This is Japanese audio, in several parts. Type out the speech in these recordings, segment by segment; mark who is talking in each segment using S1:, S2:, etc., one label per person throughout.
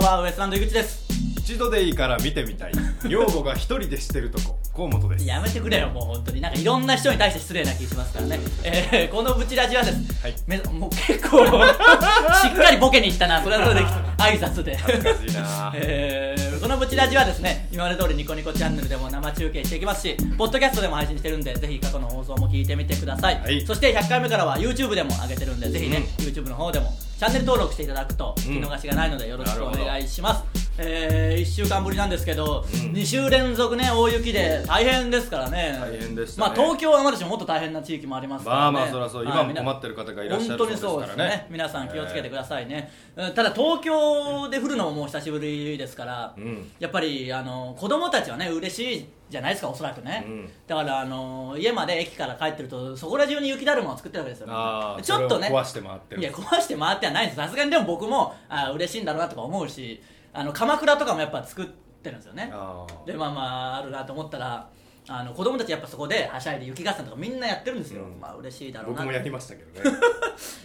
S1: はウエストランド井口です
S2: 一度でいいから見てみたい女房が一人でしてるとこ河本です
S1: やめてくれよもう本当になんかいろんな人に対して失礼な気しますからね、えーこのブチラジはです、
S2: はい
S1: めもう結構 しっかりボケにしたなそれはそれで挨拶で
S2: 恥ずかしい な
S1: えーこのブチラジはですね今まで通りニコニコチャンネルでも生中継していきますしポッドキャストでも配信してるんでぜひ過去の放送も聞いてみてください、
S2: はい
S1: そして100回目からは YouTube でも上げてるんでぜひね、
S2: うん
S1: YouTube の方でもチャンネル登録していただくと聞き逃しがないのでよろしくお願いします、え1週間ぶりなんですけど、
S2: うん
S1: 2週連続ね大雪で大変ですからね
S2: 大変でしたね
S1: まあ、東京はまだしももっと大変な地域もありますから、ね、
S2: まあまあそりゃそう
S1: はい
S2: 今も困ってる方がいらっしゃるそうですから
S1: 本当にそ
S2: ね
S1: うですね皆さん気をつけてくださいね、うんただ東京で降るのももう久しぶりですから、
S2: うん
S1: やっぱりあの子供たちはね嬉しいじゃないですかおそらくね、
S2: うん
S1: だからあの家まで駅から帰ってるとそこら中に雪だるまを作ってるわけですよ
S2: あー
S1: ちょっとね
S2: それを壊して回ってる
S1: いや壊して回ってはないですさすがにでも僕もあー嬉しいんだろうなとか思うしあの鎌倉とかもやっぱ作ってるんですよね
S2: あ
S1: で
S2: ー
S1: まあまああるなと思ったらあの子供たちやっぱそこではしゃいで雪合戦とかみんなやってるんですよ、
S2: うん
S1: まあ嬉しいだろうな
S2: 僕もやりました けどね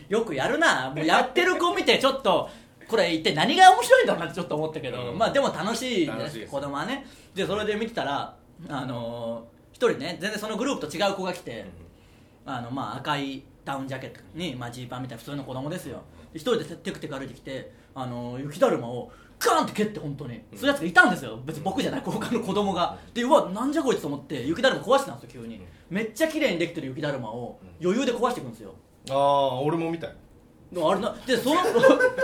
S1: よくやるなもうやってる子見てちょっとこれ一体何が面白いんだろうなってちょっと思ったけど、
S2: うん
S1: まあでも楽しいじゃないで
S2: 楽し
S1: す
S2: い
S1: か
S2: です
S1: 子供はねでそれで見てたらあのー一人ね全然そのグループと違う子が来て、あのまあ赤いダウンジャケットにまあジーパンみたいな普通の子供ですよで一人でテクテク歩いてきてあの雪だるまをガーンって蹴って本当にそういうやつがいたんですよ別に僕じゃない他の子供がでうわなんじゃこいつと思って雪だるま壊してたんですよ急にめっちゃ綺麗にできてる雪だるまを余裕で壊していくんですよ
S2: ああ俺も見たよ
S1: でもあれなで その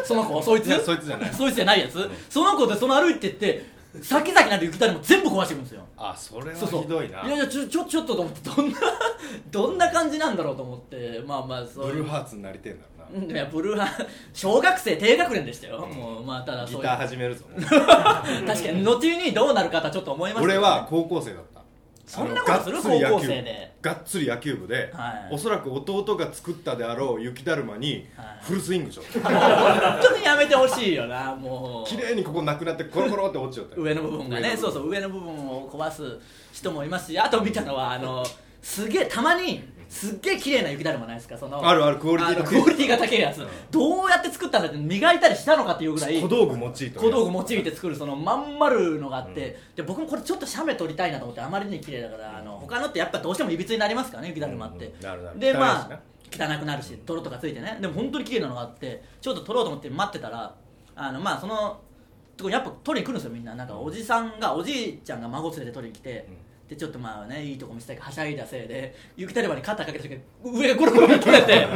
S1: その子そいつ
S2: いやそいつじゃない
S1: そいつじゃないやつ、その子でその歩いてって先々なる雪だるま全部壊していくんですよ
S2: あそれは
S1: そうそう
S2: ひどいない
S1: やいやちょちょちょっとと思ってどんな どんな感じなんだろうと思ってまあまあそう
S2: ブ
S1: いう
S2: ルーハーツになりてえんだろう
S1: うんいやブルーハ小学生低学年でしたよ、
S2: うん
S1: もうまあた
S2: な
S1: だ
S2: ギ
S1: そ
S2: タ
S1: ういう
S2: ー始めるぞ
S1: 確かに後にどうなるかとはちょっと思いましたけ
S2: 俺
S1: ど
S2: は高校生だった
S1: そんなことする
S2: あのがっつり野球
S1: 高校生で
S2: がっつり野球部で、
S1: はい
S2: おそらく弟が作ったであろう雪だるまに
S1: はい
S2: フルスイングしよう、
S1: もう本当にやめてほしいよなもう
S2: 綺麗にここなくなってコロコロって落ちちゃったよ
S1: 上の部分がねそうそう上の部分を壊す人もいますしあと見たのはあ のすげえたまにすっげえ綺麗な雪だるまないですかその
S2: あるあるクオリティ
S1: の
S2: 高い
S1: クオリティが高いやつどうやって作ったんだって磨いたりしたのかっていうぐらい
S2: 小道具用いて
S1: 小道具用いて作るそのまん丸のがあって、で僕もこれちょっと写メ撮りたいなと思ってあまりに綺麗だからあの他のってやっぱどうしてもいびつになりますからね雪だるまって、
S2: うんなるなる
S1: で
S2: 汚いしな
S1: まあ汚くなるし泥とかついてねでも本当に綺麗なのがあってちょっと撮ろうと思って待ってたらあのまあそのとこやっぱ撮りに来るんですよみんななんかおじさんがおじいちゃんが孫連れて撮りに来て、
S2: うん
S1: でちょっとまあねいいとこ見せたいからはしゃいだせいで雪だるまに肩かけた時上がゴロゴロって取れ て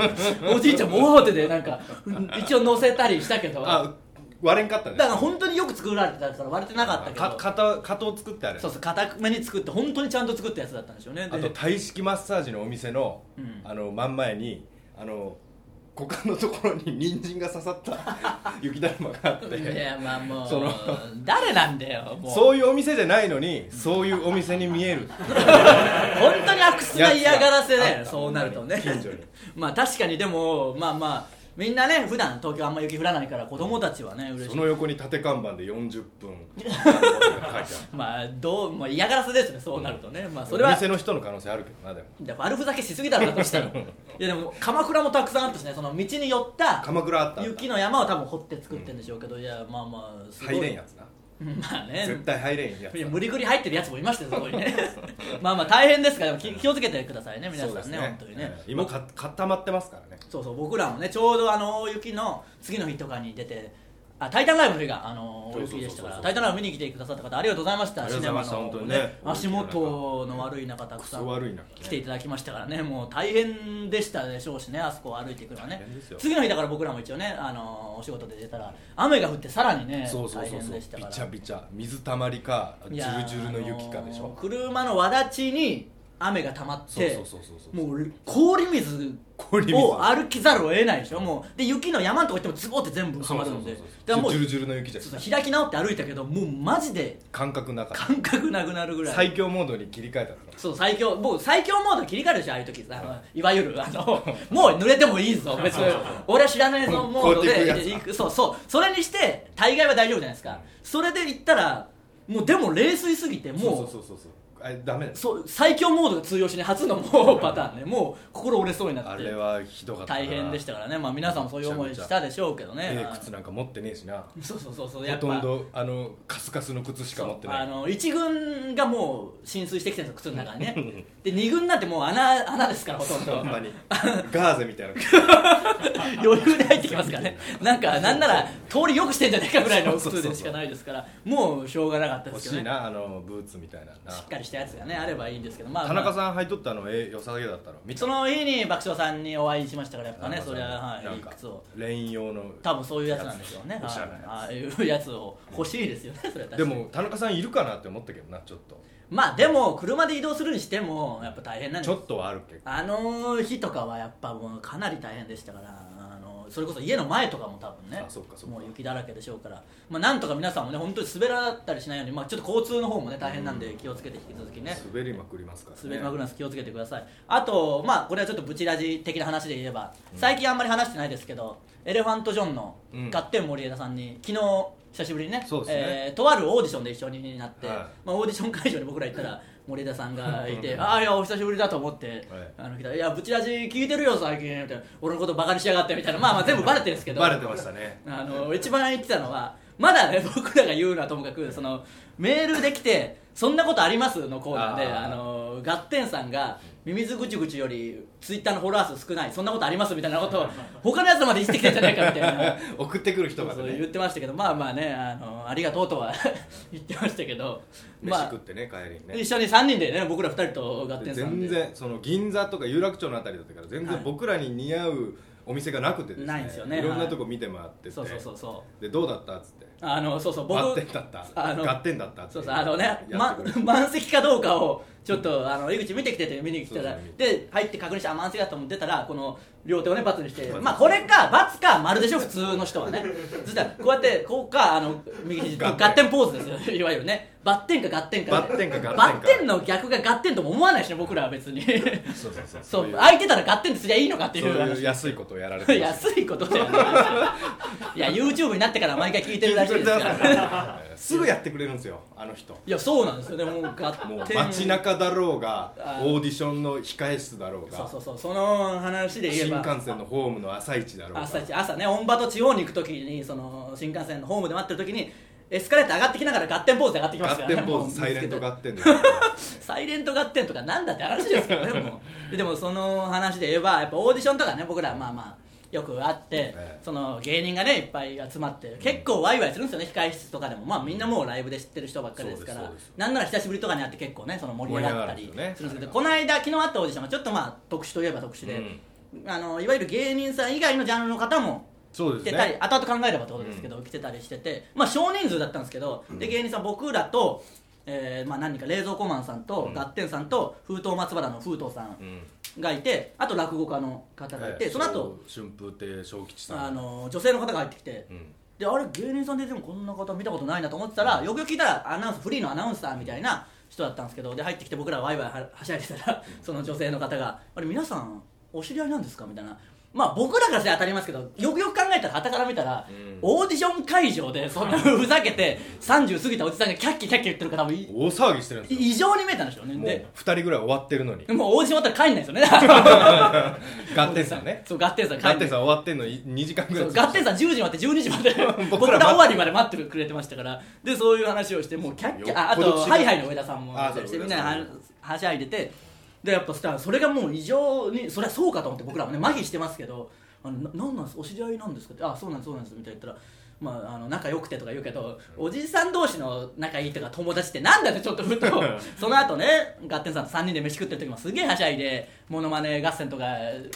S1: おじいちゃんも大慌てでなんかうん一応乗せたりしたけど
S2: あ割れんかったね
S1: だから本当によく作られてたから割れてなかったけ
S2: か
S1: ど
S2: 型型を作ってあれ
S1: そうそう硬めに作って本当にちゃんと作ったやつだったんでしょうねで
S2: あと体式マッサージのお店の、
S1: うん
S2: あの真ん前にあの股間のところに人参が刺さった 雪だるまがあって
S1: いやまあもう
S2: その
S1: 誰なんだよもう
S2: そういうお店じゃないのにそういうお店に見える
S1: 本当に悪質な嫌がらせだよ
S2: やつが
S1: そうなるとね
S2: 近所に
S1: まあ確かにでもまあまあみんなね普段東京あんま雪降らないから子供たちはね嬉し
S2: そ
S1: い
S2: の横に縦看板で40分書いてある
S1: まあどうまあ嫌がらせですねそうなるとねまあ それ
S2: お
S1: は
S2: 店の人の可能性あるけどなでも
S1: で悪ふざけしすぎだろだとした らいやでも鎌倉もたくさんあったしねその道に寄った
S2: 鎌倉あった
S1: 雪の山を多分掘って作ってるんでしょうけど、いやまあまあすごい
S2: 入れんやつな
S1: まあね
S2: 絶対入れんやつ
S1: いや
S2: な
S1: 無理くり入ってるやつもいましたよそこに ねまあまあ大変ですからでも気気をつけてくださいね皆さん
S2: そう
S1: ね
S2: です
S1: 本当にね
S2: ええ今
S1: 僕
S2: か固まってますからね
S1: そうそう僕らもねちょうどあの大雪の次の日とかに出てあタイタンライブの日があの大雪でしたか
S2: そ
S1: ら
S2: うそうそうそう
S1: タイタンライブ見に来てくださった方ありがとうございました
S2: ありがとうございました
S1: シネマの
S2: 本当にね
S1: 足元の悪い中た
S2: ク
S1: くさ
S2: ソ
S1: ん
S2: 悪いな
S1: 来ていただきましたからねもう大変でしたでしょうしねあそこを歩いていくのはね
S2: 大変ですよ
S1: 次の日だから僕らも一応ねあのお仕事で出たら雨が降ってさらにね
S2: そうそうそう
S1: 大
S2: そう
S1: 変
S2: ビ
S1: でしたから
S2: チャビチャ水たまりかジ
S1: いや
S2: ュル
S1: ー
S2: ジュルの雪かで
S1: あ
S2: し
S1: の
S2: ょ
S1: ー車のわだちに雨が溜まっ
S2: そう
S1: て
S2: そうそうそうそう
S1: もう氷水
S2: 氷水
S1: を歩きざるを得ないでしょもうで雪の山のとこ行ってもズボって全部はまるんでだ
S2: そうそうそう
S1: からもう
S2: ジュルジュルの雪じゃん
S1: そうそう開き直って歩いたけどもうマジで
S2: 感覚なかっ
S1: 感覚なくなるぐ
S2: た
S1: らい
S2: 最強モードに切り替えたの
S1: そう最強僕最強モード切り替えるでしょああいう時さ、あのいわゆるあのもう濡れてもいいぞ別に俺は知らないぞ
S2: うん
S1: モード
S2: こうやっ
S1: で
S2: て行くやつだ
S1: 行くそうそうそれにして大概は大丈夫じゃないですかそれで行ったらもうでも冷水すぎてもう
S2: そうそうそうそうあれダメです
S1: そう最強モードが通用しない初のもうパターンねもう心折れそうになって
S2: あれはひどかったな
S1: 大変でしたからね、まあ、皆さんもそういう思いしたでしょうけどね
S2: ええ靴なんか持ってねえしな
S1: そうそうそうそう
S2: ほとんどあのカスカスの靴しか持ってな
S1: あ
S2: い
S1: の一軍がもう浸水してきてるんですよ靴の中に ねで二軍なんてもう穴穴ですからほとん
S2: ほ
S1: ど
S2: んまにガーゼみたいな
S1: 余裕で入ってきますからねなんかなんなら通りよくしてんじゃないかぐらいの
S2: そうそうそう
S1: 靴でしかないですからもうしょうがなかったで
S2: 欲
S1: すけ
S2: し
S1: ど
S2: い
S1: ね
S2: なあのブーツみたいなな
S1: しっかりしたやつがねあればいいんですけどまあ
S2: 田中
S1: まあ
S2: さん入っとったのええ良さげだったの見た
S1: その日に爆笑さんにお会いしましたからやっぱね
S2: 田中さん
S1: それははい
S2: ないん
S1: い
S2: か
S1: 靴を
S2: レイン用の
S1: 多分そういうやつなんでしょうね
S2: おしゃれなやつ
S1: はいああいうやつを欲しいですよねそれは確かに
S2: でも田中さんいるかなって思ったけどなちょっと
S1: まあでも車で移動するにしてもやっぱ大変なんで
S2: ちょっとはあるけど
S1: あの日とかはやっぱもうかなり大変でしたからあのそれこそ家の前とかも多分ね
S2: あそうかそうか
S1: もう雪だらけでしょうから、まあ、なんとか皆さんもね本当に滑らったりしないように、まあ、ちょっと交通の方もね大変なんで気をつけて引き続きね
S2: 滑りまくりますからね
S1: 滑りまくるの気をつけてくださいあとまあこれはちょっとブチラジ的な話で言えば
S2: うん
S1: 最近あんまり話してないですけどエレファントジョンの
S2: うん
S1: ガッテン森枝さんに昨日久しぶりにね
S2: そうですね
S1: えーとあるオーディションで一緒になって、
S2: はい
S1: まあ、オーディション会場に僕ら行った ら森枝さんがいて「ああいやお久しぶりだ」と思って、あの来たらいやブチラジ聞いてるよ最近」みたいな「俺のことバカにしやがって」みたいなまあまあ全部バレてるんですけど
S2: バレてましたね
S1: あの一番言ってたのはまだね 僕らが言うのはともかくそのメールで来て「そんなことあります?」のコーナーで
S2: あー
S1: あのガッテンさんが「ミミズぐちぐちよりツイッターのフォロワー数少ないそんなことあります?」みたいな ことを他のやつまで言ってきてんじゃないかみたいな
S2: 送ってくる
S1: そ
S2: 人
S1: う
S2: が
S1: そう言っ
S2: ね
S1: てましたけどまあまあねあのありがとうとは 言ってましたけど、
S2: 飯
S1: まあ
S2: 食っ、てね帰りにね
S1: 一緒に3人でね僕ら2人とガッテンさんで
S2: 全然その銀座とか有楽町のあたりだったから全
S1: は
S2: 然
S1: い
S2: 僕らに似合うお店がなくてですね
S1: ないんですよね
S2: いろんなとこ見て回ってて
S1: そうそうそうそう
S2: でどうだったっつって
S1: あのそうそう僕
S2: バッテンだった
S1: あの
S2: ガッテンだったって
S1: そうそうあのね、
S2: やっ
S1: ま
S2: てくれ、る
S1: 満席かどうかをちょっとあの井口見てきてて見に来たら
S2: そうそう
S1: で入って確認してあ満席だと思ってたらこの両手をね×にして
S2: そう
S1: まあこれか×か丸でしょ普通の人はねそしたらこうやってこうかあの右肘
S2: ガッ
S1: ガ
S2: テン
S1: ッテンポーズですよいわゆるねバッテンかガッテンか
S2: バッテンかガッテンか
S1: バッテンの逆がガッテンとも思わないしね僕らは別に
S2: そうそうそ う
S1: そ
S2: いうう
S1: 空いてたらガッテンってすりゃいいのかってい
S2: そう
S1: う
S2: いう
S1: 話
S2: 安いことをやられてます
S1: 安いことだよねいや YouTube になってから毎回聞いてるらしいです から
S2: うんすぐやってくれるんですよあの人
S1: いやそうなんですよねもうガ
S2: もう
S1: ッテン
S2: 街中だろうが
S1: あー
S2: オーディションの控え室だろう
S1: そう
S2: が
S1: そうそうその話で言え
S2: 新
S1: ば
S2: 幹線のホームの朝一だろうが
S1: 朝一朝ね音場と地方に行く時にその新幹線のホームで待ってる時にエスカレーター上がってきながらガッテンポーズで上がってきます
S2: ガ
S1: か
S2: ッ
S1: らね
S2: テンポーズ
S1: も
S2: サ
S1: う
S2: イレントガッテンで
S1: サイレントガッテンとかなんだって話ですけどねもうででもその話で言えばやっぱオーディションとかね僕らまあまあよくあって、
S2: え
S1: その芸人がねいっぱい集まって結構ワイワイするんですよね控え室とかでもまあみんなもうライブで知ってる人ばっかりですから
S2: そうですそうです
S1: なんなら久しぶりとかに会って結構ねその盛り上がったりす
S2: 盛り上が
S1: る
S2: る
S1: んで
S2: んで
S1: け
S2: すすよね
S1: ど、この間昨日あったオーディションはちょっとまあ特殊といえば特殊で、あのいわゆる芸人さん以外のジャンルの方も
S2: そう
S1: 来
S2: で
S1: て
S2: す
S1: たり、
S2: ね
S1: 後々考えればってことですけど、来てたりしてて、まあ、少人数だったんですけど、で芸人さん僕らと、えーまあ、何人か冷蔵庫マンさんと、
S2: うん
S1: ガッテンさんと封筒松原の封筒さん
S2: うん
S1: がいてあと落語家の方がいて、
S2: ええ
S1: その後
S2: 春風亭昇吉さん
S1: あの女性の方が入ってきて。
S2: うん
S1: であれ芸人さんででもこんな方見たことないなと思ってたらよくよく聞いたらアナウンスフリーのアナウンサーみたいな人だったんですけどで入ってきて僕らワイワイははしゃいでたらその女性の方が「あれ皆さんお知り合いなんですか?」みたいな。まあ僕らからして当たりますけどよくよく考えたら傍から見たら、
S2: うん
S1: オーディション会場でそんなふざけて30過ぎたおじさんがキャッキャキャッキャ言ってるからもうい
S2: 大騒ぎしてるんですよ
S1: 異常に見えたんでしょうね
S2: もう
S1: で
S2: 2人ぐらい終わってる のに
S1: もうオーディション終わったら帰んないですよね
S2: ガッテンさんね
S1: そうガッテンさん帰んな
S2: ガ
S1: い
S2: ッテンさん終わってんの2時間ぐ
S1: そ
S2: ら
S1: う
S2: い
S1: ガッテンさん10時まで12時まで僕
S2: 僕ら待っ
S1: ら
S2: て
S1: 終わりまで待ってくれてましたからでそういう話をしてもうキャッキャああ
S2: よっぽど
S1: と
S2: 違う
S1: ハイハイの上田さんも
S2: あ
S1: 出たりして
S2: そう
S1: みん
S2: 上
S1: な
S2: 田
S1: で
S2: さん
S1: ははしゃいでてでやっぱそしたらそれがもう異常にそりゃそうかと思って僕らもね麻痺してますけど「あのななんなんですお知り合いなんですか?」って「あそうなんですそうなんです」みたいな言ったら。まあ、あの仲良くてとか言うけど、おじさん同士の仲いいとか友達ってなんだってちょっとふとその後ねガッテンさんと3人で飯食ってる時もすげえはしゃいでモノマネ合戦とか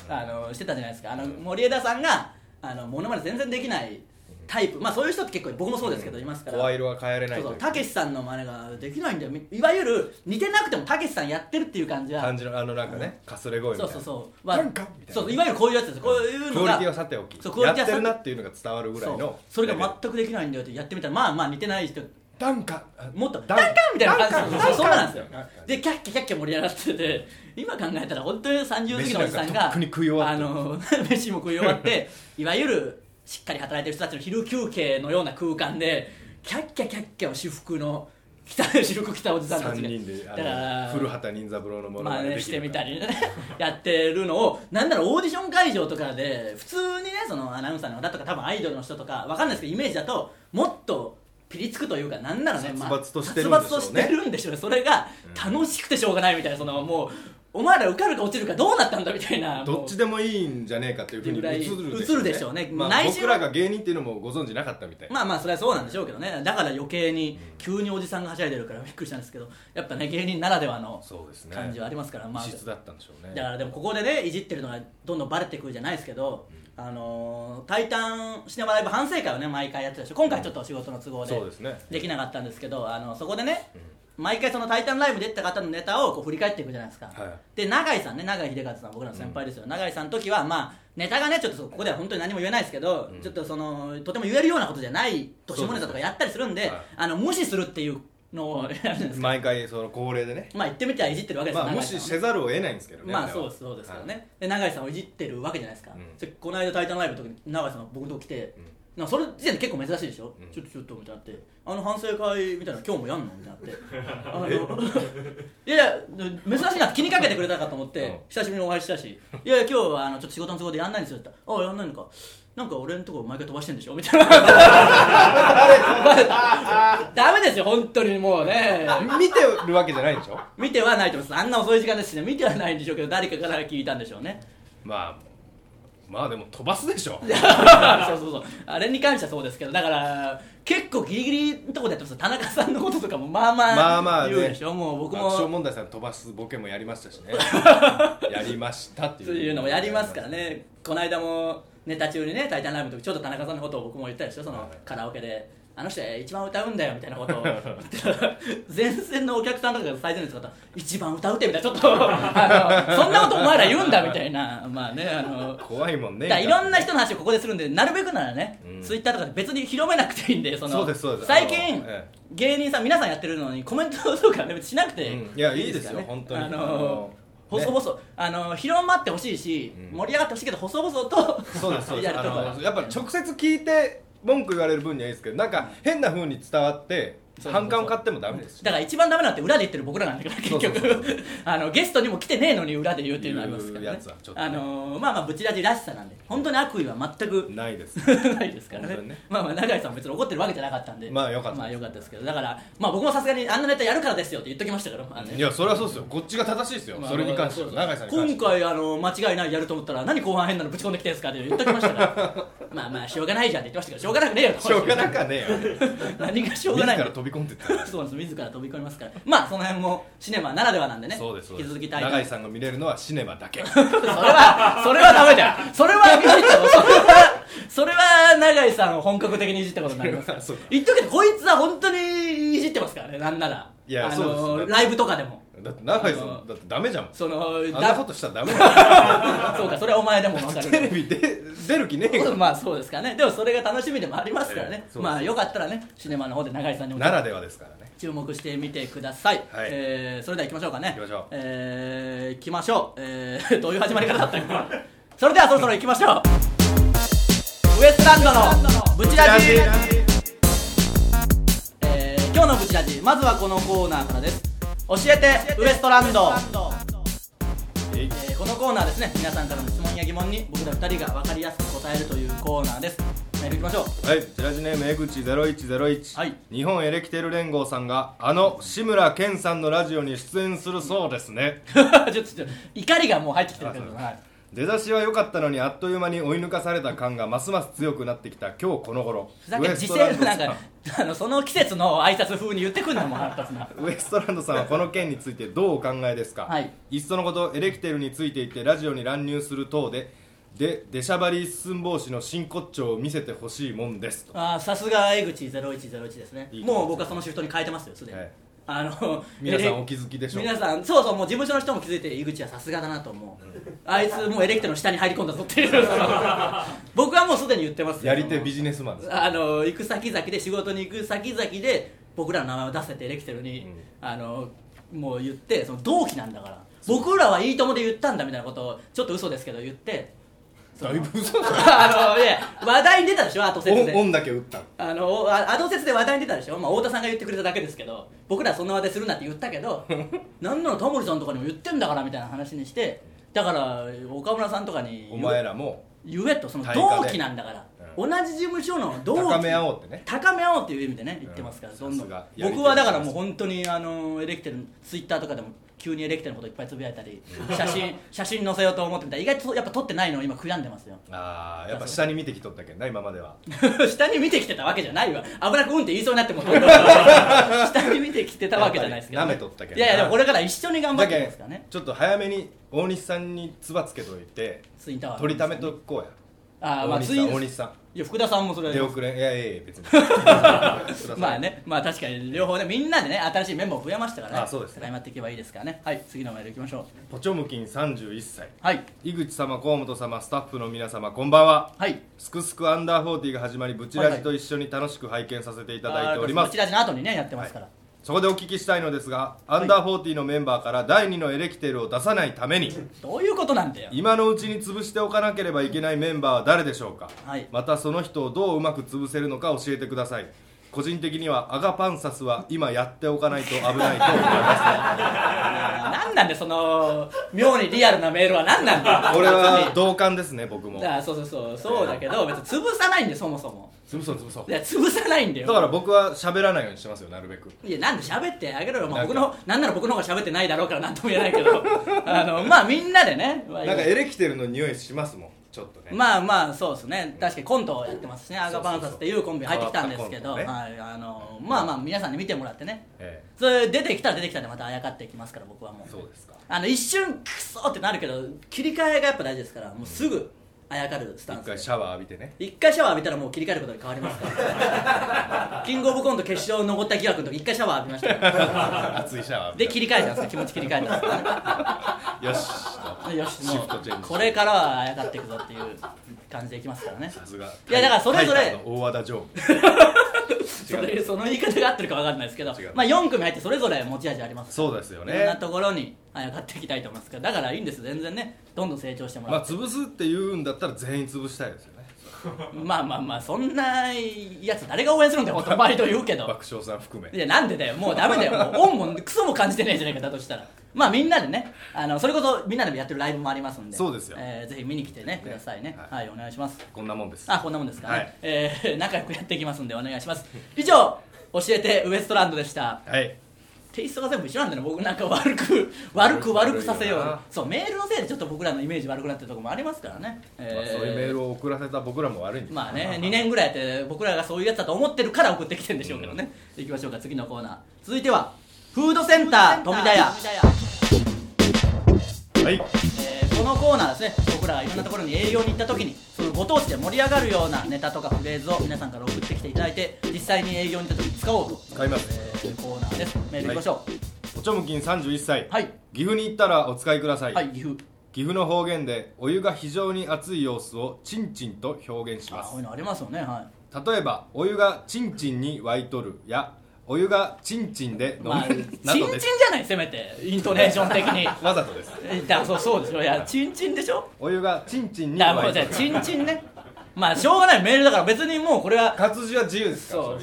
S1: あのしてたじゃないですかあの森枝さんがあのモノマネ全然できないタイプまあそういう人って結構僕もそうですけどいますから
S2: 声色は変えれない
S1: そうそ
S2: というう
S1: たけしさんの真似ができないんだよみいわゆる似てなくてもたけしさんやってるっていう感じは
S2: 感じのあのなんかねかすれ声みた
S1: そ
S2: いうな
S1: そうそう
S2: な
S1: は
S2: んかみたいな
S1: そういわゆるこういうやつですこういう
S2: ク
S1: の
S2: オリ
S1: が
S2: ティはさておき
S1: そうクオリ
S2: やっ
S1: ティはさ
S2: てるなっていうのが伝わるぐらい
S1: そう
S2: の
S1: それが全くできないんだよってやってみたらまあまあ似てない人
S2: ダンカ
S1: もっと「ダ
S2: ダ
S1: ンカ
S2: ン
S1: ン!」みたいな感じ
S2: ダン
S1: そ
S2: カ
S1: う
S2: ン
S1: そうなんですよ
S2: ダンカン
S1: でキャッキャキャッキャ盛り上がってて今考えたら本当に30過ぎのおじさん
S2: 飯な
S1: が
S2: んかとっくに食い終わ
S1: あ
S2: ってる
S1: の 飯も食い終わって いわゆるしっかり働いてる人たちの昼休憩のような空間でキャッキャキャッキャを私服の汚いシルク着たおじさんた
S2: 3
S1: ちが
S2: 人で
S1: だ
S2: あ
S1: か
S2: の
S1: ら
S2: 古畑任三郎のもの
S1: ま
S2: ま
S1: あ
S2: ね
S1: ね、
S2: で
S1: し
S2: き
S1: て
S2: る
S1: み
S2: か
S1: たりね やってるのをなんならオーディション会場とかで普通にねそのアナウンサーの方とか多分アイドルの人とかわかんないですけどイメージだともっとピリつくというかなんならね、まあ、
S2: 殺伐としてるんでしょうね
S1: 殺伐としてるんでしょうねそれが
S2: うん
S1: 楽しくてしょうがないみたいなそのもうお前ら受かるか落ちるかどうなったんだみたいな
S2: どっち
S1: で
S2: でもいいんじゃねえかっていうふうに映る
S1: 映るでしょうね
S2: まあ、
S1: 内心
S2: 僕
S1: は
S2: らが芸人っていうのもご存知なかったみたい、
S1: まあまあそれはそうなんでしょうけどねだから余計に急におじさんがはしゃいでるからびっくりしたんですけどやっぱね芸人ならではの
S2: そうですね
S1: 感じはありますから、まあ
S2: 異質だったんでしょうね
S1: だからでもここでねいじってるのがどんどんバレてくるじゃないですけど「あのータイタンシネマライブ」反省会をね毎回やってたでしょ今回ちょっとお仕事の都合で
S2: そうですね
S1: できなかったんですけどあのそこでね毎回その「タイタンライブ」出てた方のネタをこう振り返っていくじゃないですか、
S2: は
S1: で永井さんね永井秀和さん僕らの先輩ですよ、永井さんの時はまあネタがねちょっとここでは本当に何も言えないですけど、
S2: うん
S1: ちょっとそのとても言えるようなことじゃない年もネタとかやったりするんで
S2: そうです
S1: あの無視するっていうのをやるじゃないですか、
S2: 毎回その恒例でね
S1: まあ言ってみてはいじってるわけですよ
S2: まあ
S1: 永
S2: 無
S1: 井さん
S2: 視
S1: はね
S2: せざるを得ないんですけどね
S1: まあ
S2: れは
S1: そうですそうですけどね、で永井さんをいじってるわけじゃないですか、
S2: うん
S1: それこの間「タイタンライブ」の時に永井さんが僕のとこ来て、
S2: うん
S1: なんかそれ時点で結構珍しいでしょ、
S2: うん
S1: ちょっとちょっとみたいになってあの反省会みたいな今日もやんのみたいになって あのいやいや珍しいなって気にかけてくれたかと思って、
S2: うん
S1: 久しぶりにお会いしたし「いやいや今日はあのちょっと仕事の都合でやんないんですよ」って言ったら「ああやんないのかなんか俺のとこ毎回飛ばしてんでしょ」みた いな バレたダメですよ本当にもうね
S2: はい見てるわけじゃないんでしょ
S1: 見てはないと思いますあんな遅い時間ですしね見てはないんでしょうけど誰かから聞いたんでしょう ね
S2: まあまあでも飛ばすでしょ
S1: そうそうそうあれに関してはそうですけどだから結構ギリギリのとこでやってます田中さんのこととかもまあまあ
S2: まあまあね
S1: 言うでしょ、もう僕
S2: 爆笑
S1: も
S2: 問題さん飛ばすボケもやりました しねやりましたっていう
S1: そういうのもやりますからねこの間もネタ中にね「タイタンライブ」の時ちょっと田中さんのことを僕も言ったでしょそ
S2: はい
S1: のカラオケで。あの人一番歌うんだよみたいなこと を言ってたら前線のお客さんとかが最前列の方一番歌うてみたいなちょっとあのそんなことお前ら言うんだみたいなまあねあの
S2: 怖いもんね
S1: だからいろんな人の話をここでするんでなるべくならね、
S2: うん
S1: ツイッターとかで別に広めなくていいんでその
S2: そうですそうです
S1: 最
S2: あ
S1: 近
S2: の、え
S1: 芸人さん皆さんやってるのにコメントとかね別にしなくて
S2: うんいや
S1: から
S2: いいですよ本当に
S1: あ
S2: あの
S1: の
S2: ね
S1: 細々あの広まってほしいし、
S2: うん
S1: 盛り上がってほしいけど細々と
S2: そうですそうで す
S1: やる
S2: あ
S1: とこ
S2: のやっぱ直接聞いて文句言われる分にはいいですけどなんか変な風に伝わって
S1: そうそうそう
S2: 反感を買ってもダメですし
S1: だから一番ダメなのって裏で言ってる僕らなんだから結
S2: そうそうそう
S1: 局あのゲストにも来てねえのに裏で言うっていうのありますから
S2: 言う
S1: ね
S2: やつはちょっとね
S1: あのまあまあブチラジらしさなんで本当に悪意は全く
S2: ないです
S1: ないですから
S2: 本
S1: ね
S2: 当にね
S1: まあまあ永井さんは別に怒ってるわけじゃなかったんで
S2: まあよかったです
S1: まあよかったですけどだからまあ僕もさすがにあんなネタやるからですよって言っときましたから、まあね
S2: いやそれはそうですよこっちが正しいですよ
S1: まあ
S2: それに関しては
S1: そうそう
S2: 永井さんに関して
S1: 今回あの間違いないやると思ったら何後半変なのぶち込んできてんすかって言っときましたから まあまあしょうがないじゃんって言ってましたけどしょうがなくねえよと
S2: しょうがなかねえよ
S1: 何がしょう
S2: 自
S1: がないん
S2: ら
S1: だ
S2: 飛び込んでった
S1: そうなんです自ら飛び込みますからまあその辺もシネマならではなんでね
S2: そうですそうで
S1: 引き
S2: す
S1: 続き大
S2: 永井
S1: 変
S2: さんが見れるのはシネマだ け
S1: それはそれはダメだよそれはいじったのそれはそれは永井さんを本格的にいじったことになりますから
S2: そうか
S1: 言っとくけどこいつは本当にいじってますからねなんなら
S2: いや
S1: あ
S2: そう
S1: の
S2: です
S1: ライブとかでも
S2: だって永井さ
S1: あの
S2: んだってダメじゃん
S1: その
S2: あん
S1: だ
S2: なことしたらダメだよ
S1: そうかそれはお前でも分かる
S2: テレビで出る気ねえ よ
S1: まあそうですかねでもそれが楽しみでもありますからね
S2: え、えそうです
S1: まあよかったらねシネマの方で永井さんにも
S2: ならではですからね
S1: 注目してみてください、
S2: はい
S1: えーそれでは行きましょうかね
S2: 行きましょう
S1: えー行きましょう、えー どういう始まり方だったかなそれではそろそろ行きましょうウエストランドのブチラジえー今日のブチラジまずはこのコーナーからです教えてウエストランド
S2: えい
S1: えーこのコーナーですね皆さんからの質問や疑問に僕ら2人が分かりやすく答えるというコーナーですメールいきましょう
S2: はい、ジラジネーム江口0101、
S1: はい
S2: 日本エレキテル連合さんがあの志村けんさんのラジオに出演するそうですね
S1: ちょっとちょっと怒りがもう入ってきてるけど、
S2: あそう
S1: はい、
S2: 出だしは良かったのにあっという間に追い抜かされた感がますます強くなってきた今日この頃
S1: ふざけん時勢なんかあのその季節の挨拶風に言ってくんのも腹立つな
S2: ウエストランドさんはこの件についてどうお考えですか、
S1: はい、
S2: っそのことエレキテルについていってラジオに乱入する等でで出しゃばり寸法師の真骨頂を見せてほしいもんですと
S1: あーさすが江口0101ですね
S2: いい
S1: もう僕はそのシフトに変えてますよすでに、
S2: はい
S1: あの
S2: 皆さんお
S1: エ
S2: 気づきで
S1: レ
S2: しょうか
S1: 皆さんそうそうもう事務所の人も気づいて井口はさすがだなと思う、あいつもうエレキテの下に入り込んだぞっていう 僕はもうすでに言ってますよ
S2: やり手ビジネスマンです
S1: あの行く先々で仕事に行く先々で僕らの名前を出せてエレキテルに、
S2: う
S1: あのもう言ってその同期なんだから僕らはいいともで言ったんだみたいなことをちょっと嘘ですけど言ってそ
S2: だ
S1: の
S2: いぶ嘘だ
S1: あのいや話題に出たでしょ後説
S2: オンオ
S1: で
S2: ンだけ打った
S1: あのあ後説で話題に出たでしょ、まあ、太田さんが言ってくれただけですけど僕らそんな話題するなって言ったけ どなんならタモリさんとかにも言ってんだからみたいな話にしてだから岡村さんとかに
S2: お前らも
S1: 言えとその
S2: 対価
S1: 同
S2: で
S1: 期なんだから、
S2: う
S1: 同じ事務所の同期
S2: 高め合おうってね
S1: 高め合おうっていう意味でね言ってますから、
S2: うん
S1: どんどん
S2: さすが
S1: 僕はだからもう本当にあのエレキテルツイッターとかでも急にエレキテルのこといっぱいつぶやいたり写 真写真載せようと思ってみたら意外とやっぱ撮ってないのを今悔やんでますよ
S2: ああやっぱ下に見てきとったけんな今までは
S1: 下に見てきてたわけじゃないわ危なくうんって言いそうになっても 下に見てきてたわけじゃないですけど、
S2: やっぱり舐めとったけど
S1: いやいやでもこれから一緒に頑張
S2: だ
S1: っていき
S2: け
S1: ますからね
S2: んちょっと早めに大西さんに唾つけといて
S1: ツイッターは
S2: 取りためとこうや
S1: あー、ま
S2: 大
S1: あ、ツ
S2: 西
S1: イ
S2: さん
S1: ッ
S2: 大西さん
S1: いや福田さんもそれ
S2: 出遅れいやいやいや別に
S1: まあね、まあ確かに両方ね、みんなでね、新しいメンバーを増やましたからね、
S2: あそうですね
S1: 戦いまっていけばいいですからね。はい、次のメール行きましょう。
S2: ポチョムキン31歳
S1: はい、
S2: 井口様河本様スタッフの皆様こんばんは
S1: はい。
S2: すくすくアンダーフォーティーが始まりブチラジと一緒に楽しく拝見させていただいておりま
S1: こ
S2: す
S1: ちらの後にね、やってますから。
S2: そこでお聞きしたいのですが、アンダーフォーティーのメンバーから第2のエレキテルを出さないために
S1: どういうことなんだよ。
S2: 今のうちに潰しておかなければいけないメンバーは誰でしょうか、
S1: はい
S2: またその人をどううまく潰せるのか教えてください個人的にはアガパンサスは今やっておかないと危ないと思います
S1: なんなんでその、妙にリアルなメールは何なんだ よ。
S2: これは
S1: 本
S2: 同感ですね僕
S1: 当
S2: も
S1: にだからそうそうそう、そうだけど、別に潰さないんで、そもそも。
S2: 潰そう潰そう
S1: いや、潰さないんだよ。
S2: だから僕は喋らないようにしてますよなるべく
S1: いや、なんで喋ってあげろよ。まあ、
S2: なんか
S1: 僕の、なんなら僕の方が喋ってないだろうから、なんとも言えないけ ど。あの、まあ、みんなでね。まあ
S2: なんかエレキテルの匂いしますもんちょっとね、
S1: まあまあそうですね確かにコントをやってますしねアガパンサスっていうコンビ入ってきたんですけど、
S2: 変わ
S1: はい、あのまあまあ皆さんに見てもらってね
S2: え
S1: それ出てきたら出てきたでまたあやかっていきますから僕はも
S2: え
S1: う
S2: そうですか
S1: あの一瞬クソってなるけど切り替えがやっぱ大事ですからもうすぐあやかるスタン
S2: 一
S1: スで
S2: 回シャワー浴びてね
S1: 一回シャワー浴びたらもう切り替えることに変わりますから キングオブコント決勝残った疑惑の時一回シャワー浴びましたから
S2: 熱いシャワー浴び
S1: で
S2: た
S1: 切り替えたんですよ気持ち切り替えたんですよね
S2: よしと
S1: よし
S2: シ
S1: も
S2: フトチェン
S1: う
S2: ジ
S1: これからはあやかっていくぞっていう感じでいきますからね
S2: さすが
S1: いやだからそれぞれ
S2: タイタンの大和田常務
S1: それその言い方が合ってるか分かんないですけど
S2: 違う、
S1: まあ、4組入ってそれぞれ持ち味あります
S2: そうですよ
S1: いろんな
S2: ね
S1: ところにあやかっていきたいと思いますからだからいいんです全然ねどんどん成長しても
S2: ま
S1: らっ
S2: あ潰すって言うんだったら全員潰したいですよね
S1: て、まあ、まあまあそんなやつ誰が応援するんだよほんと毎度言うけど
S2: 爆笑さん含め
S1: いやなんでだよもうダメだよもう恩もクソも感じてねえじゃないかだとしたらまあみんなでねあのそれこそみんなでやってるライブもありますんで
S2: そうですよ
S1: えーぜひ見に来てねくださいね
S2: は
S1: はい、お願いします
S2: こんなもんです
S1: あこんなもんですかね、
S2: はい
S1: えー仲良くやっていきますんでお願いします以上教えてウエストランドでした
S2: はい
S1: テイストが全部一緒なんだよね僕なんか悪く悪く悪くさせよ
S2: 悪いうな
S1: そうメールのせいでちょっと僕らのイメージ悪くなってるところもありますからね、え
S2: まあそういうメールを送らせた僕らも悪いんです
S1: まあね2年ぐらいやって僕らがそういうやつだと思ってるから送ってきてるんでしょうけどね、行きましょうか次のコーナー続いてはフードセンター富田屋
S2: はい
S1: えーこのコーナーですね僕らがいろんなところに営業に行った時にそのご当地で盛り上がるようなネタとかフレーズを皆さんから送ってきていただいて実際に営業に行った時に使おうと、
S2: 使います
S1: えーコーナーですメールいきましょう
S2: おちょむきん31歳、
S1: はい
S2: 岐阜に行ったらお使いください、
S1: はい、岐阜
S2: 岐阜の方言でお湯が非常に熱い様子をチンチンと表現し
S1: あ
S2: ま
S1: こ
S2: す
S1: ういうのありますよねはい
S2: 例えばお湯がチンチンに沸いとるやお湯がチンチンで飲む、
S1: まあ、チン
S2: な
S1: チン
S2: ど
S1: じ
S2: です
S1: ゃないせめてイントネーション的 に
S2: わざとです
S1: えだそうそうでしょいやチンチンでしょ
S2: お湯がチンチンに
S1: だからもう
S2: 沸い
S1: じ
S2: と
S1: ゃあ
S2: る
S1: チンチンねまあしょうがないメールだから別にもうこれは
S2: 活字は自由ですから
S1: そう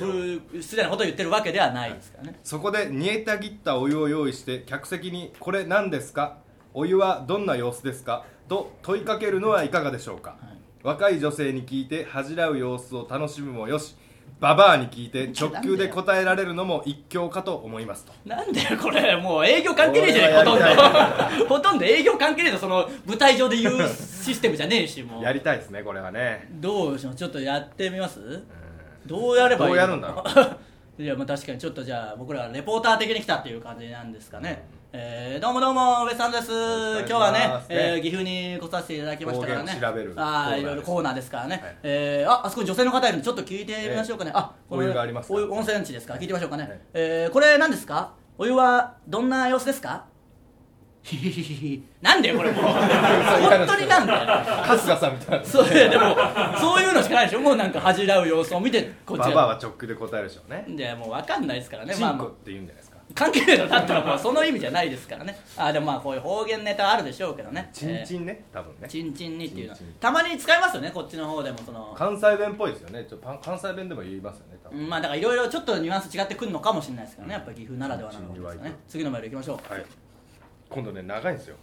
S1: ふ失礼なことを言ってるわけではないですからね
S2: そこで煮えたぎったお湯を用意して客席に「これ何ですかお湯はどんな様子ですか?」と問いかけるのはいかがでしょうか、若い女性に聞いて恥じらう様子を楽しむもよしババアに聞いて直球で答えられるのも一興かと思いますと
S1: なんだよこれもう営業関係ねえじゃね
S2: これは
S1: えほとんど ほとんど営業関係ねえとその舞台上で言うシステムじゃねえしもう
S2: やりたいですねこれはね
S1: どうしようちょっとやってみますどうやればいいの
S2: どうやるんだろ
S1: いやまあ確かにちょっとじゃあ僕らはレポーター的に来たっていう感じなんですかね、えーどうもどうもウエスさんです
S2: ろ
S1: 今
S2: し
S1: 日
S2: くお願
S1: はい
S2: しま
S1: ね、
S2: す
S1: えー
S2: ね
S1: 岐阜に来させていただきましたからね
S2: 方言を調べる
S1: あーいろいろコ
S2: コ
S1: ーナーですからね、
S2: はい
S1: えーああそこに女性の方いるんでちょっと聞いてみましょうかね、あこの
S2: お湯がありますか
S1: お湯温泉地ですから聞いてみましょうかね、
S2: はい
S1: えーこれ何ですかお湯はどんな様子ですか ひひひひひなんだよこ れもう本当になんだよ
S2: 春日さんみたいな
S1: そういやでもそういうのしかないでしょもうなんか恥じらう様子を見てこっち
S2: バ
S1: が
S2: バアは直球で答えるでしょうね
S1: いやもう分かんないですからね
S2: チ
S1: まあ
S2: ン
S1: ま
S2: コ
S1: あ
S2: って言うんじゃないですか
S1: 関係ないのだったらもうその意味じゃないですからねあでもまあこういう方言ネタあるでしょうけどね
S2: チンチ
S1: ン、
S2: ンね多分
S1: えー
S2: ね
S1: チンチンにっていうのは
S2: チンチン
S1: たまに使いますよねこっちの方でもその
S2: 関西弁っぽいですよねちょパン関西弁でも言いますよね多
S1: う
S2: 分
S1: んまあだからいろいろちょっとニュアンス違ってくるのかもしれないですけどねやっぱ岐阜ならではなのかもしれないですよね次のメールいきましょう
S2: はい今度ね長いんですよ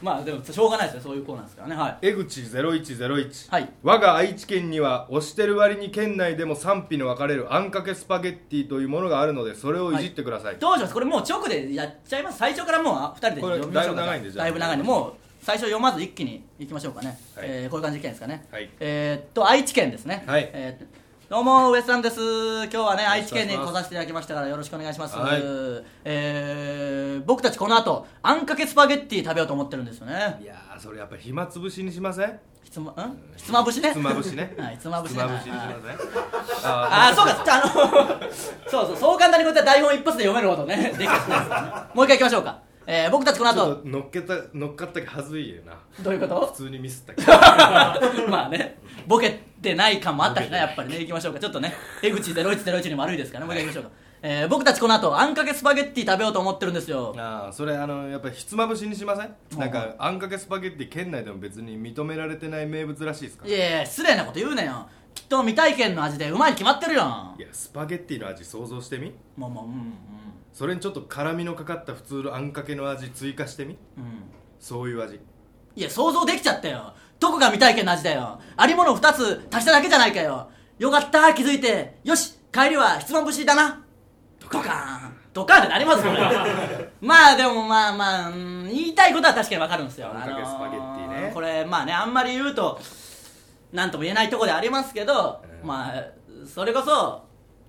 S1: まあでもしょうがないですねそういうコーナーですからねはい
S2: 江口0101、
S1: はい
S2: 我が愛知県には推してる割に県内でも賛否の分かれるあんかけスパゲッティというものがあるのでそれをいじってください、
S1: どうしますこれもう直でやっちゃいます最初からもうあ二人で読みましょうか
S2: これだいぶ長いんでじゃあ
S1: だいぶ長いんでもう最初読まず一気にいきましょうかね、
S2: はい
S1: えーこういう感じでいけないですかね、
S2: はい
S1: えーっと愛知県ですね、
S2: はい
S1: えーっとどうもウエストランドです今日はね愛知県に
S2: お願い
S1: 来させ
S2: します
S1: ていただきましたからよろしくお願いします、
S2: はい
S1: えー僕たちこの後あんかけスパゲッティ食べようと思ってるんですよね
S2: いやーそれやっぱ暇つぶしにしません
S1: ひつまんひつまぶしね
S2: ひつまぶしね
S1: はいひつまぶし
S2: ひ
S1: ね
S2: つまぶしにしませんあ
S1: ああそうかあのそうそうそう簡単にこうやって台本一発で読めるほど ねできた人ですからねもう一回いきましょうか、えー僕たちこの
S2: ーちょ
S1: 後
S2: っと乗っけた乗っかったけはずいよな
S1: どういうこ
S2: 普
S1: と
S2: 通にミスったけど
S1: まあねボケてない感もあったし
S2: ボケ
S1: な
S2: て
S1: やっぱりねいきましょうかちょっとね江口0101にも悪いですからねもう一回いきましょうか、えー僕たちこの後あんかけスパゲッティ食べようと思ってるんですよ
S2: あーそれあのやっぱひつまぶしにしませ
S1: うん
S2: んなんかあんかけスパゲッティ県内でも別に認められてない名物らしいですから
S1: いやいや失礼なこと言うなよきっと未体験の味でうまいに決まってるよ
S2: いやスパゲッティの味想像してみ
S1: もうもううん
S2: それにちょっと辛みのかかった普通のあんかけの味追加してみ
S1: うんうん
S2: そういう味
S1: いや想像できちゃったよどこが未体験の味だよありもの2つ足しただけじゃないかよよかった気づいてよし帰りはひつまぶしだなドカーンドカーンってなりますこ れまあでもまあまあうん言いたいことは確かにわかるんですよ
S2: あんかけスパゲッティね
S1: これまあねあんまり言うとなんとも言えないとこでありますけど、
S2: うん
S1: まあそれこそ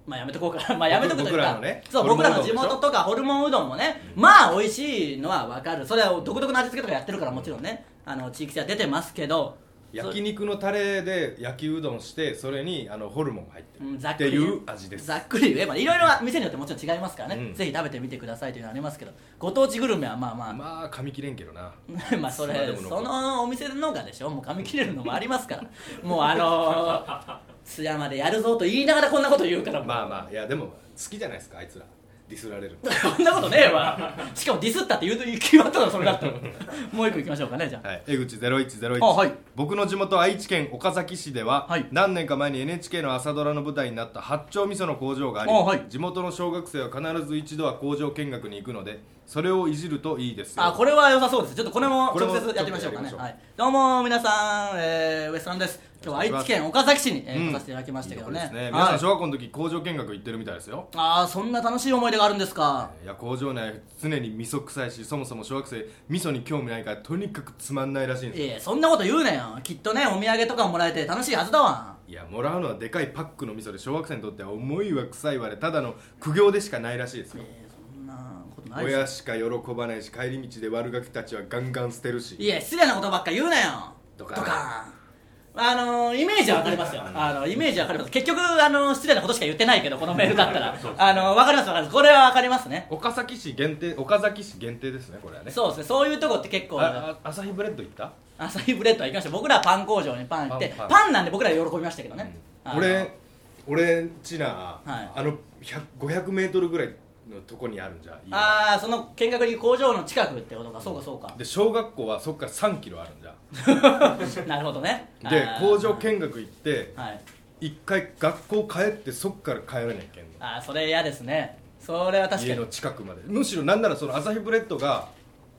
S1: まあやめとこうかな まあやめとくというか
S2: 僕らのね
S1: そう
S2: ホルモ
S1: 僕
S2: ン
S1: ら
S2: う
S1: の
S2: どんで
S1: 地
S2: しょ
S1: 元とかホルモンうどんもね、まあ美味しいのはわかるそれは独特の味付けとかやってるからもちろんねあの地域性は出てますけど
S2: 焼肉のタレで焼きうどんしてそれにあのホルモンが入って
S1: う
S2: る
S1: んざっ
S2: っ
S1: く
S2: て
S1: り
S2: いう味です
S1: ざっくり言えばいろいろ店によってもちろん違いますからね、
S2: うん
S1: ぜひ食べてみてくださいというのはありますけどご当地グルメはまあまあ、
S2: まあ噛み切れんけどな
S1: まあそ
S2: まあで
S1: れ
S2: も
S1: そのお店のがでしょもう髪切れるのもありますからもうあの ー津山でやるぞと言いながらこんなこと言うからもう
S2: まあまあいやでも好きじゃないですかあいつらディスられる
S1: そんなことねえわしかもディスったって言うと決まったのそれだ ったのもう一個いきましょうかねじゃあ
S2: はい、江口0101、
S1: あはい
S2: 僕の地元愛知県岡崎市では、
S1: はい
S2: 何年か前に NHK の朝ドラの舞台になった八丁味噌の工場があり、
S1: あはい
S2: 地元の小学生は必ず一度は工場見学に行くのでそれをいじるといいですよ
S1: あこれは良さそうですちょっとこれも
S2: これも
S1: 直接やってみましょうかね
S2: ちょっと
S1: は
S2: や
S1: い、どうも皆さん、えー、ウエストランドです今日は愛知県岡崎市に、えー
S2: う
S1: 来
S2: ん
S1: させていただきましたけど
S2: いいと
S1: ね
S2: こですね皆
S1: は
S2: さ
S1: い
S2: ん小学校の時工場見学行ってるみたいですよ
S1: あーそんな楽しい思い出があるんですか
S2: いや工場内常に味噌臭いしそもそも小学生味噌に興味ないからとにかくつまんないらしいんですよ
S1: いやそんなこと言うなよきっとねお土産とかもらえて楽しいはずだわ
S2: いやもらうのはでかいパックの味噌で小学生にとっては思いは臭いわれただの苦行でしかないらしいです
S1: え
S2: よ
S1: ー、そんなことないですよ
S2: 親しか喜ばないし帰り道で悪ガキたちはガンガン捨てるし
S1: いや失礼なことばっか言うなよ
S2: ドカン
S1: ンあのーイメージは分かりますよあのイメージは分かります結局、あのー失礼なことしか言ってないけどこのメールだ ったらあのー分かります分かりますこれは分かりますね
S2: 岡崎市限定岡崎市限定ですねこれはね
S1: そうですねそういうとこって結構
S2: ああ朝日ブレッド行った
S1: アサヒブレッドは行きました僕らはパン工場にパン行って
S2: パンパン
S1: パンなんで僕らは喜びましたけどね、あの
S2: 俺俺んちな、
S1: はい
S2: あの100 500m ぐらいのとこにあるんじゃ家が
S1: ああその見学に行く工場の近くってことかそうかそうか
S2: で小学校はそっから3キロあるんじ ゃ
S1: なるほどね
S2: で
S1: あー
S2: 工場見学行って
S1: はい
S2: 一回学校帰ってそっから帰らなきゃいけんの
S1: ああそれ嫌ですねそれは確か
S2: 家
S1: に
S2: の近くまでむしろなんならその朝日ブレッドが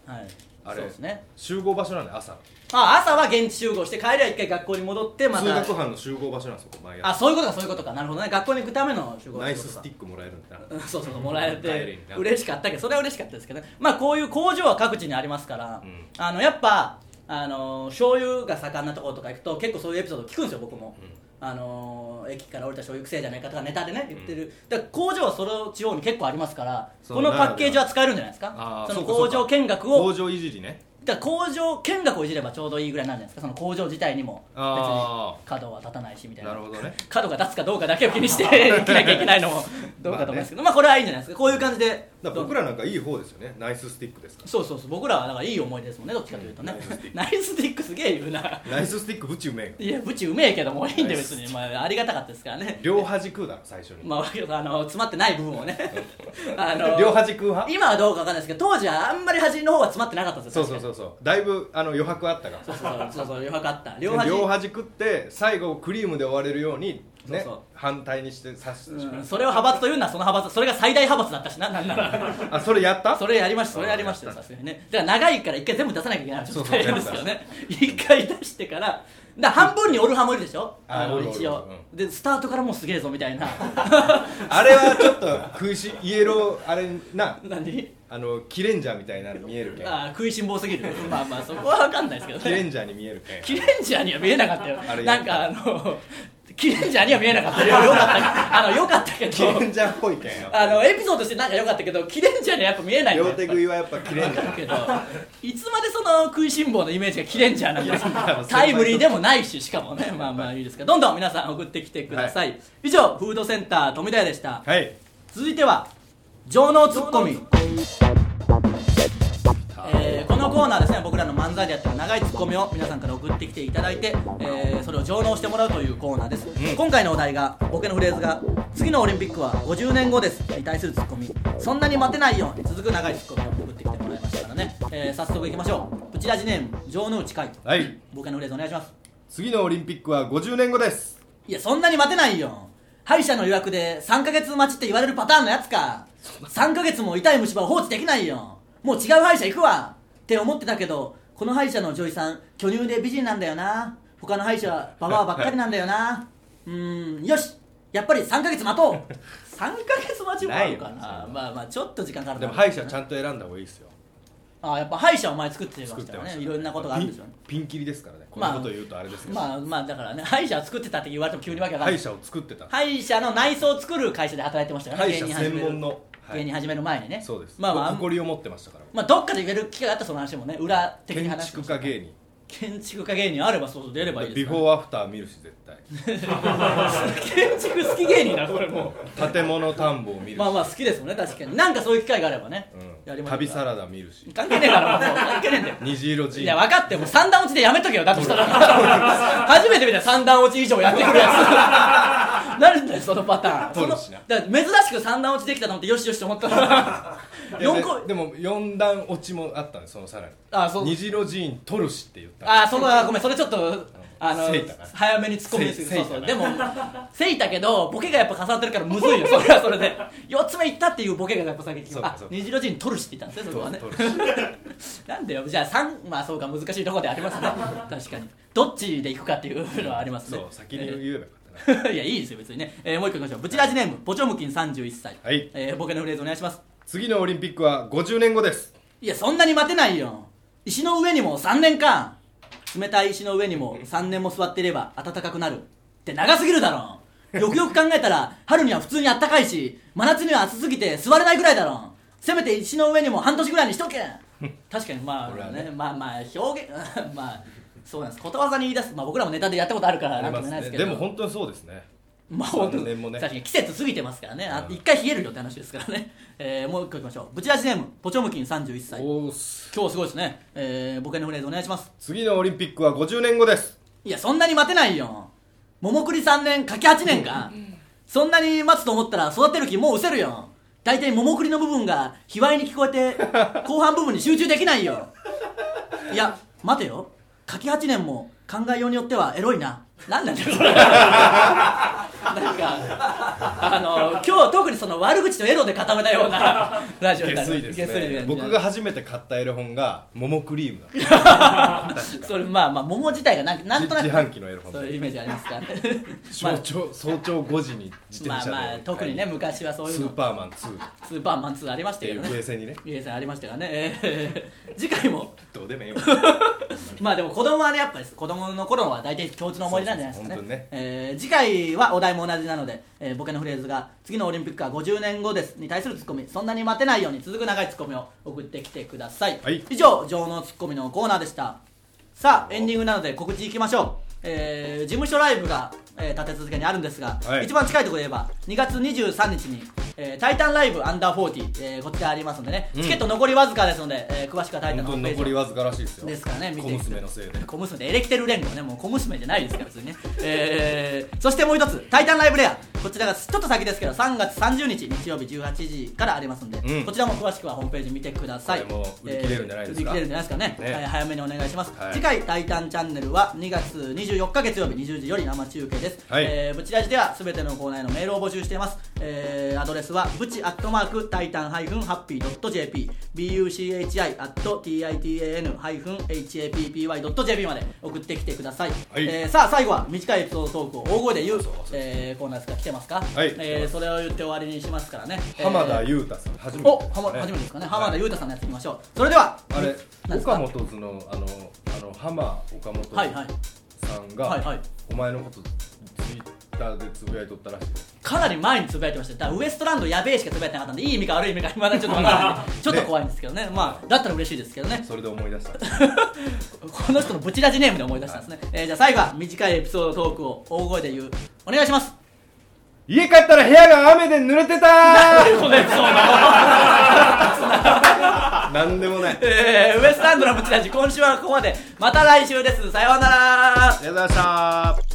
S1: はい
S2: あれ
S1: そうですね
S2: 集合場所なんで朝
S1: あ朝は現地集合して帰りは一回学校に戻ってま
S2: 通
S1: た
S2: 学班の集合場所なんですよここ毎
S1: あ
S2: 朝
S1: そういうことかそういうことかなるほどね学校に行くための集合
S2: ナイスス
S1: そう
S2: テ
S1: いう
S2: ィックもらえるんだ
S1: ことかうんそうそうもらえ
S2: 帰り
S1: て
S2: にな
S1: 嬉しかったけどそれは嬉しかったですけどねまあこういう工場は各地にありますから、
S2: うん
S1: あのやっぱあの醤油が盛んなところとか行くと結構そういうエピソード聞くんですよ僕も、あの駅から降りた醤油くせえじゃないかとかネタでね言ってる、だから工場はその地方に結構ありますから
S2: そう
S1: このパッケージは使えるんじゃないです
S2: あ
S1: か
S2: ー
S1: その
S2: そう
S1: 工
S2: かそう
S1: 場
S2: か
S1: 見学を
S2: 工場いじりね
S1: だから工場見学をいじればちょうどいいぐらいなんじゃないですかその工場自体にも別に
S2: あー
S1: 角は立たないしみたいな
S2: な るほどね
S1: 角が立つかどうかだけを気にして生きなきゃいけないのもどうかと思いますけど、まあ、これはいいんじゃないですかこういう感じで
S2: だから僕らなんかいい方ですよねナイススティックですか
S1: そうそうそう僕らはだからいい思い出ですもんねどっちかというとね、
S2: うん
S1: ナイススティックすげえ言うな
S2: らナイススティックぶちうめえよ
S1: いやブチうめえけどもういいんで
S2: ナイ
S1: 別
S2: ス
S1: に、まあ、ありがたかったですからね
S2: 両端食うだろ最初に、
S1: まあ、あの詰まってない部分 をねあの
S2: 両端食う派
S1: 今はどうかわかんないですけど当時はあんまり端の方は詰まってなかったんです
S2: そ
S1: よ
S2: うそうそううそうだいぶあの余白あったから
S1: そうそうそうそうよかった両
S2: 両
S1: 端
S2: 端食って最後クリームで終われるように
S1: そう
S2: ね
S1: そう
S2: 反対にして刺してしまう、
S1: うんそれを派閥というのはその派閥それが最大派閥だったしななんなら
S2: あそれやった
S1: それやりましたそれやりましたよさすがにねだから長いから一回全部出さなきゃいけないちょっと大変ですけどね一回出してからだから半分に折る派もいるでしょ
S2: あ
S1: あの
S2: おるおる
S1: 一応でスタートからもうすげえぞみた いな
S2: あれはちょっと食いしイエローあれな
S1: 何
S2: あのキレンジャーみたいなの見えるけん
S1: あー食いしん坊すぎるまあまあそこは分かんないですけど
S2: キレ
S1: ね
S2: ンジャーに見えるけん
S1: キレンジャーには見えなかったよ
S2: あれ
S1: なんかあのキレンジャーには見えなかったよよかったあのよかったけ
S2: キレ
S1: ど
S2: ンジャーっぽいけんよ
S1: あのエピソードとしてなんか良かったけどキレンジャーにはやっぱ見えないんだ
S2: 両
S1: よ
S2: 手食いはやっぱキレンジャ
S1: だ
S2: ー
S1: けどいつまでその食いしん坊のイメージが切れんじゃんなん
S2: いやまあ
S1: かタイムリーでもないししかもねまあまあいいですけどどんどん皆さん送ってきてください、以上フードセンター富田屋でした
S2: はい
S1: 続いては情能ツッコミえーこのコーナーですね僕らの漫才でやってる長いツッコミを皆さんから送ってきていただいて、えーそれを上納してもらうというコーナーです、今回のお題がボケのフレーズが「次のオリンピックは50年後です」に対するツッコミ「そんなに待てないよ」に続く長いツッコミを送ってきてもらいましたからね、えー早速いきましょうプチラジネーム城之内海斗
S2: はい
S1: ボケのフレーズお願いします
S2: 次のオリンピックは50年後です
S1: いやそんなに待てないよ歯医者の予約で3ヶ月待ちって言われるパターンのやつか3ヶ月も痛い虫歯を放置できないよもう違う歯医者行くわって思ってたけどこの歯医者の女医さん巨乳で美人なんだよな他の歯医者はババアばっかりなんだよなうーんよしやっぱり3ヶ月待とう3ヶ月待ちもあるかな
S2: ないよ
S1: まあまあちょっと時間かかる
S2: で
S1: な
S2: も歯医者ちゃんと選んだ方がいいですよ
S1: あやっぱ歯医者を前作ってま
S2: 作っ
S1: してた
S2: ま
S1: よ
S2: した
S1: ねいろんなことがあるんですよね
S2: ピンピンキリですからねこん
S1: まあ
S2: なこと言うとあれですけど、
S1: まあまあだからね歯医者を作ってたって言われても急にわけわかん
S2: 歯
S1: な
S2: 医
S1: い
S2: 者を作ってた、
S1: 歯医者の内装を作る会社で働いてましたよね
S2: 歯医
S1: 芸
S2: 者
S1: 人始める
S2: 専門のはい
S1: 芸人始める前にね
S2: そうです
S1: まあまああん
S2: 誇りを持ってましたから
S1: まあどっかで言える機会があったらその話もね裏的に
S2: 建
S1: 話して
S2: 築
S1: ました
S2: 家芸人
S1: 建築家芸人あればそうそう出ればい いで
S2: ビ
S1: す
S2: フ
S1: か
S2: ォーアフター見るし 絶対
S1: ら建築好き芸人だこれも
S2: 建物探訪見る
S1: う
S2: し、
S1: まあまあ好きですもんね確かになんかそういう機会があればね、や
S2: う
S1: り
S2: ん、
S1: ましょう
S2: 旅サラダ見るし
S1: 関係ねえからもう関係ねえ んだよ
S2: 虹色ジ
S1: い
S2: ー
S1: や
S2: ンズ
S1: 分かってもう三段落ちでやめとけよだと したら初めて見た三段落ち以上やってくるやつなんだよそのパターンそ
S2: 取
S1: の
S2: るしな
S1: だから珍しく三段落ちできたと思ってよしよしと思ったら
S2: いや
S1: 四
S2: で
S1: 個
S2: でも四段落ちもあったんですそのさらに
S1: あそう
S2: 虹色ジーン取るしって言った
S1: あーそこはごめんそれちょっとあの
S2: せいたな
S1: 早めに突っ込みです
S2: せい
S1: そうそう
S2: せい
S1: で
S2: た
S1: もせいたけどボケがやっぱ重なってるからむずいよ それはそれで4つ目いったっていうボケがやっぱ先に
S2: そうか
S1: あ
S2: そうか
S1: 虹色陣取るしって言ったんですねそこはね
S2: 取る取るし
S1: なんでよじゃあ3まあそうか難しいところであり ますね確かにどっちで行くかっていうのはありますね
S2: そう先に言えばよかった
S1: え
S2: な、
S1: ー いやいいですよ別にね、えーもう一個いきましょうブチラジネームポチョムキン31歳、
S2: はい
S1: えーボケのフレーズお願いします
S2: 次のオリンピックは50年後です
S1: いやそんなに待てないよ石の上にも3年か冷たい石の上にも3年も座っていれば暖かくなるって長すぎるだろよくよく考えた ら春には普通に暖かいし真夏には暑すぎて座れないぐらいだろせめて石の上にも半年ぐらいにし とけ確かにま
S2: これ
S1: あ
S2: は
S1: ね
S2: ね
S1: まあまあ表現 まあそうなんですことわざに言い出す、まあ、僕らもネタでやったことあるからなんとも言えないですけど
S2: でも本当にそうですね
S1: まあ、本当
S2: 3年もね
S1: 確かに季節過ぎてますからね、あ
S2: うん
S1: 一回冷えるよって話ですからね、えーもう一個いきましょう、ブチラジネーム、ポチョムキン31歳、今
S2: おーす
S1: 日すごいですね、えー、ボケのフレーズお願いします、
S2: 次のオリンピックは50年後です
S1: いや、そんなに待てないよ、桃栗3年、柿8年か、そんなに待つと思ったら、育てる気もう失せるよ、大体桃栗の部分が卑猥に聞こえて、後半部分に集中できないよ、いや、待てよ、柿8年も考えようによってはエロいな、なんなんだよ、それ。なんか、あの今日特にその悪口とエロで固めたようなラジオにな
S2: 下
S1: る
S2: 水です
S1: 下水
S2: ね僕が初めて買ったエロ本が桃クリームだった
S1: それまあまあ桃自体が なんなんとなく
S2: 自販機のエロ本
S1: そういうイメージあります からねま
S2: 早朝早朝5時に自
S1: あ
S2: 転車で、
S1: まあまあ特にね昔はそういう
S2: スー
S1: の
S2: パーマン2っ
S1: スーパーマン2ありましてたけ
S2: い
S1: どね
S2: うゲーセンにね
S1: リエさんありましたからね、 えー次回も
S2: どうでもいいよ
S1: まあでも子供はねやっぱり子供の頃は大体共通の思い出なんじゃないですか
S2: そう
S1: ね
S2: そうそう本
S1: えー次回はお題も同じなので、えーボケのフレーズが「次のオリンピックは50年後です」に対するツッコミそんなに待てないように続く長いツッコミを送ってきてください、
S2: はい
S1: 以上情のツッコミのコーナーでしたさあエンディングなので告知いきましょうえー事務所ライブが、えー立て続けにあるんですが、
S2: はい
S1: 一番近いところで言えば2月23日に、えータイタンライブアンダー40、えーこちらありますのでね、チケット残りわずかですので、えー詳しくはタイタン
S2: 本
S1: のホーム
S2: 当に
S1: ページ
S2: 残りわずからしいですよ
S1: ですからね見
S2: 小
S1: ていく
S2: 娘のせいで
S1: 小娘でエレキテル連合ねもう小娘じゃないですから別にね、えー、そしてもう一つ「タイタンライブレア」こちらがちょっと先ですけど3月30日日曜日18時からありますんで、
S2: うん
S1: こちらも詳しくはホームページ見てください
S2: これも売り切れるんじゃない
S1: えー
S2: ですか
S1: 売り切れるんじゃないですかね
S2: ね
S1: はい早めにお願いします、
S2: はい
S1: 次回「タイタンチャンネル」は2月24日月曜日20時より生中継です、
S2: はい
S1: えーブチラジでは全てのコーナーへのメールを募集しています、えーアドレスはブチアットマークタイタンハイフンハッピードット JP buchi アット titan ハイフン happy ドット JP まで送ってきてください、
S2: はい
S1: えーさあ最後は短いエピソードトークを大声で言うえーコーナーですか来てますか、
S2: い
S1: えーそれを言って終わりにしますからね
S2: 浜田
S1: えー
S2: 裕太さん初めて
S1: お浜初めてですかね浜田裕太さんのやついきましょうそれでは
S2: あれ
S1: 何ですか
S2: 岡本図のあのあの浜岡本
S1: はいはい
S2: さんが、
S1: はいはい
S2: お前のことツイッターでつぶやいとったらしい
S1: かなり前につぶやいてましたよだからウエストランドやべえしかつぶやいてなかったんでいい意味か悪い意味かまだちょっと分からないんでちょっと怖いんですけどねまあだったら嬉しいですけどね
S2: それで思い出した
S1: この人のブチラジネームで思い出したんですね、えーじゃあ最後は短いエピソードトークを大声で言うお願いします
S2: 家帰ったら部屋が雨で濡れてたー
S1: このエピソード
S2: なんでもないあり
S1: えーウエストランドのブチラジ今週はここまでまた来週ですさようなら
S2: がとうございました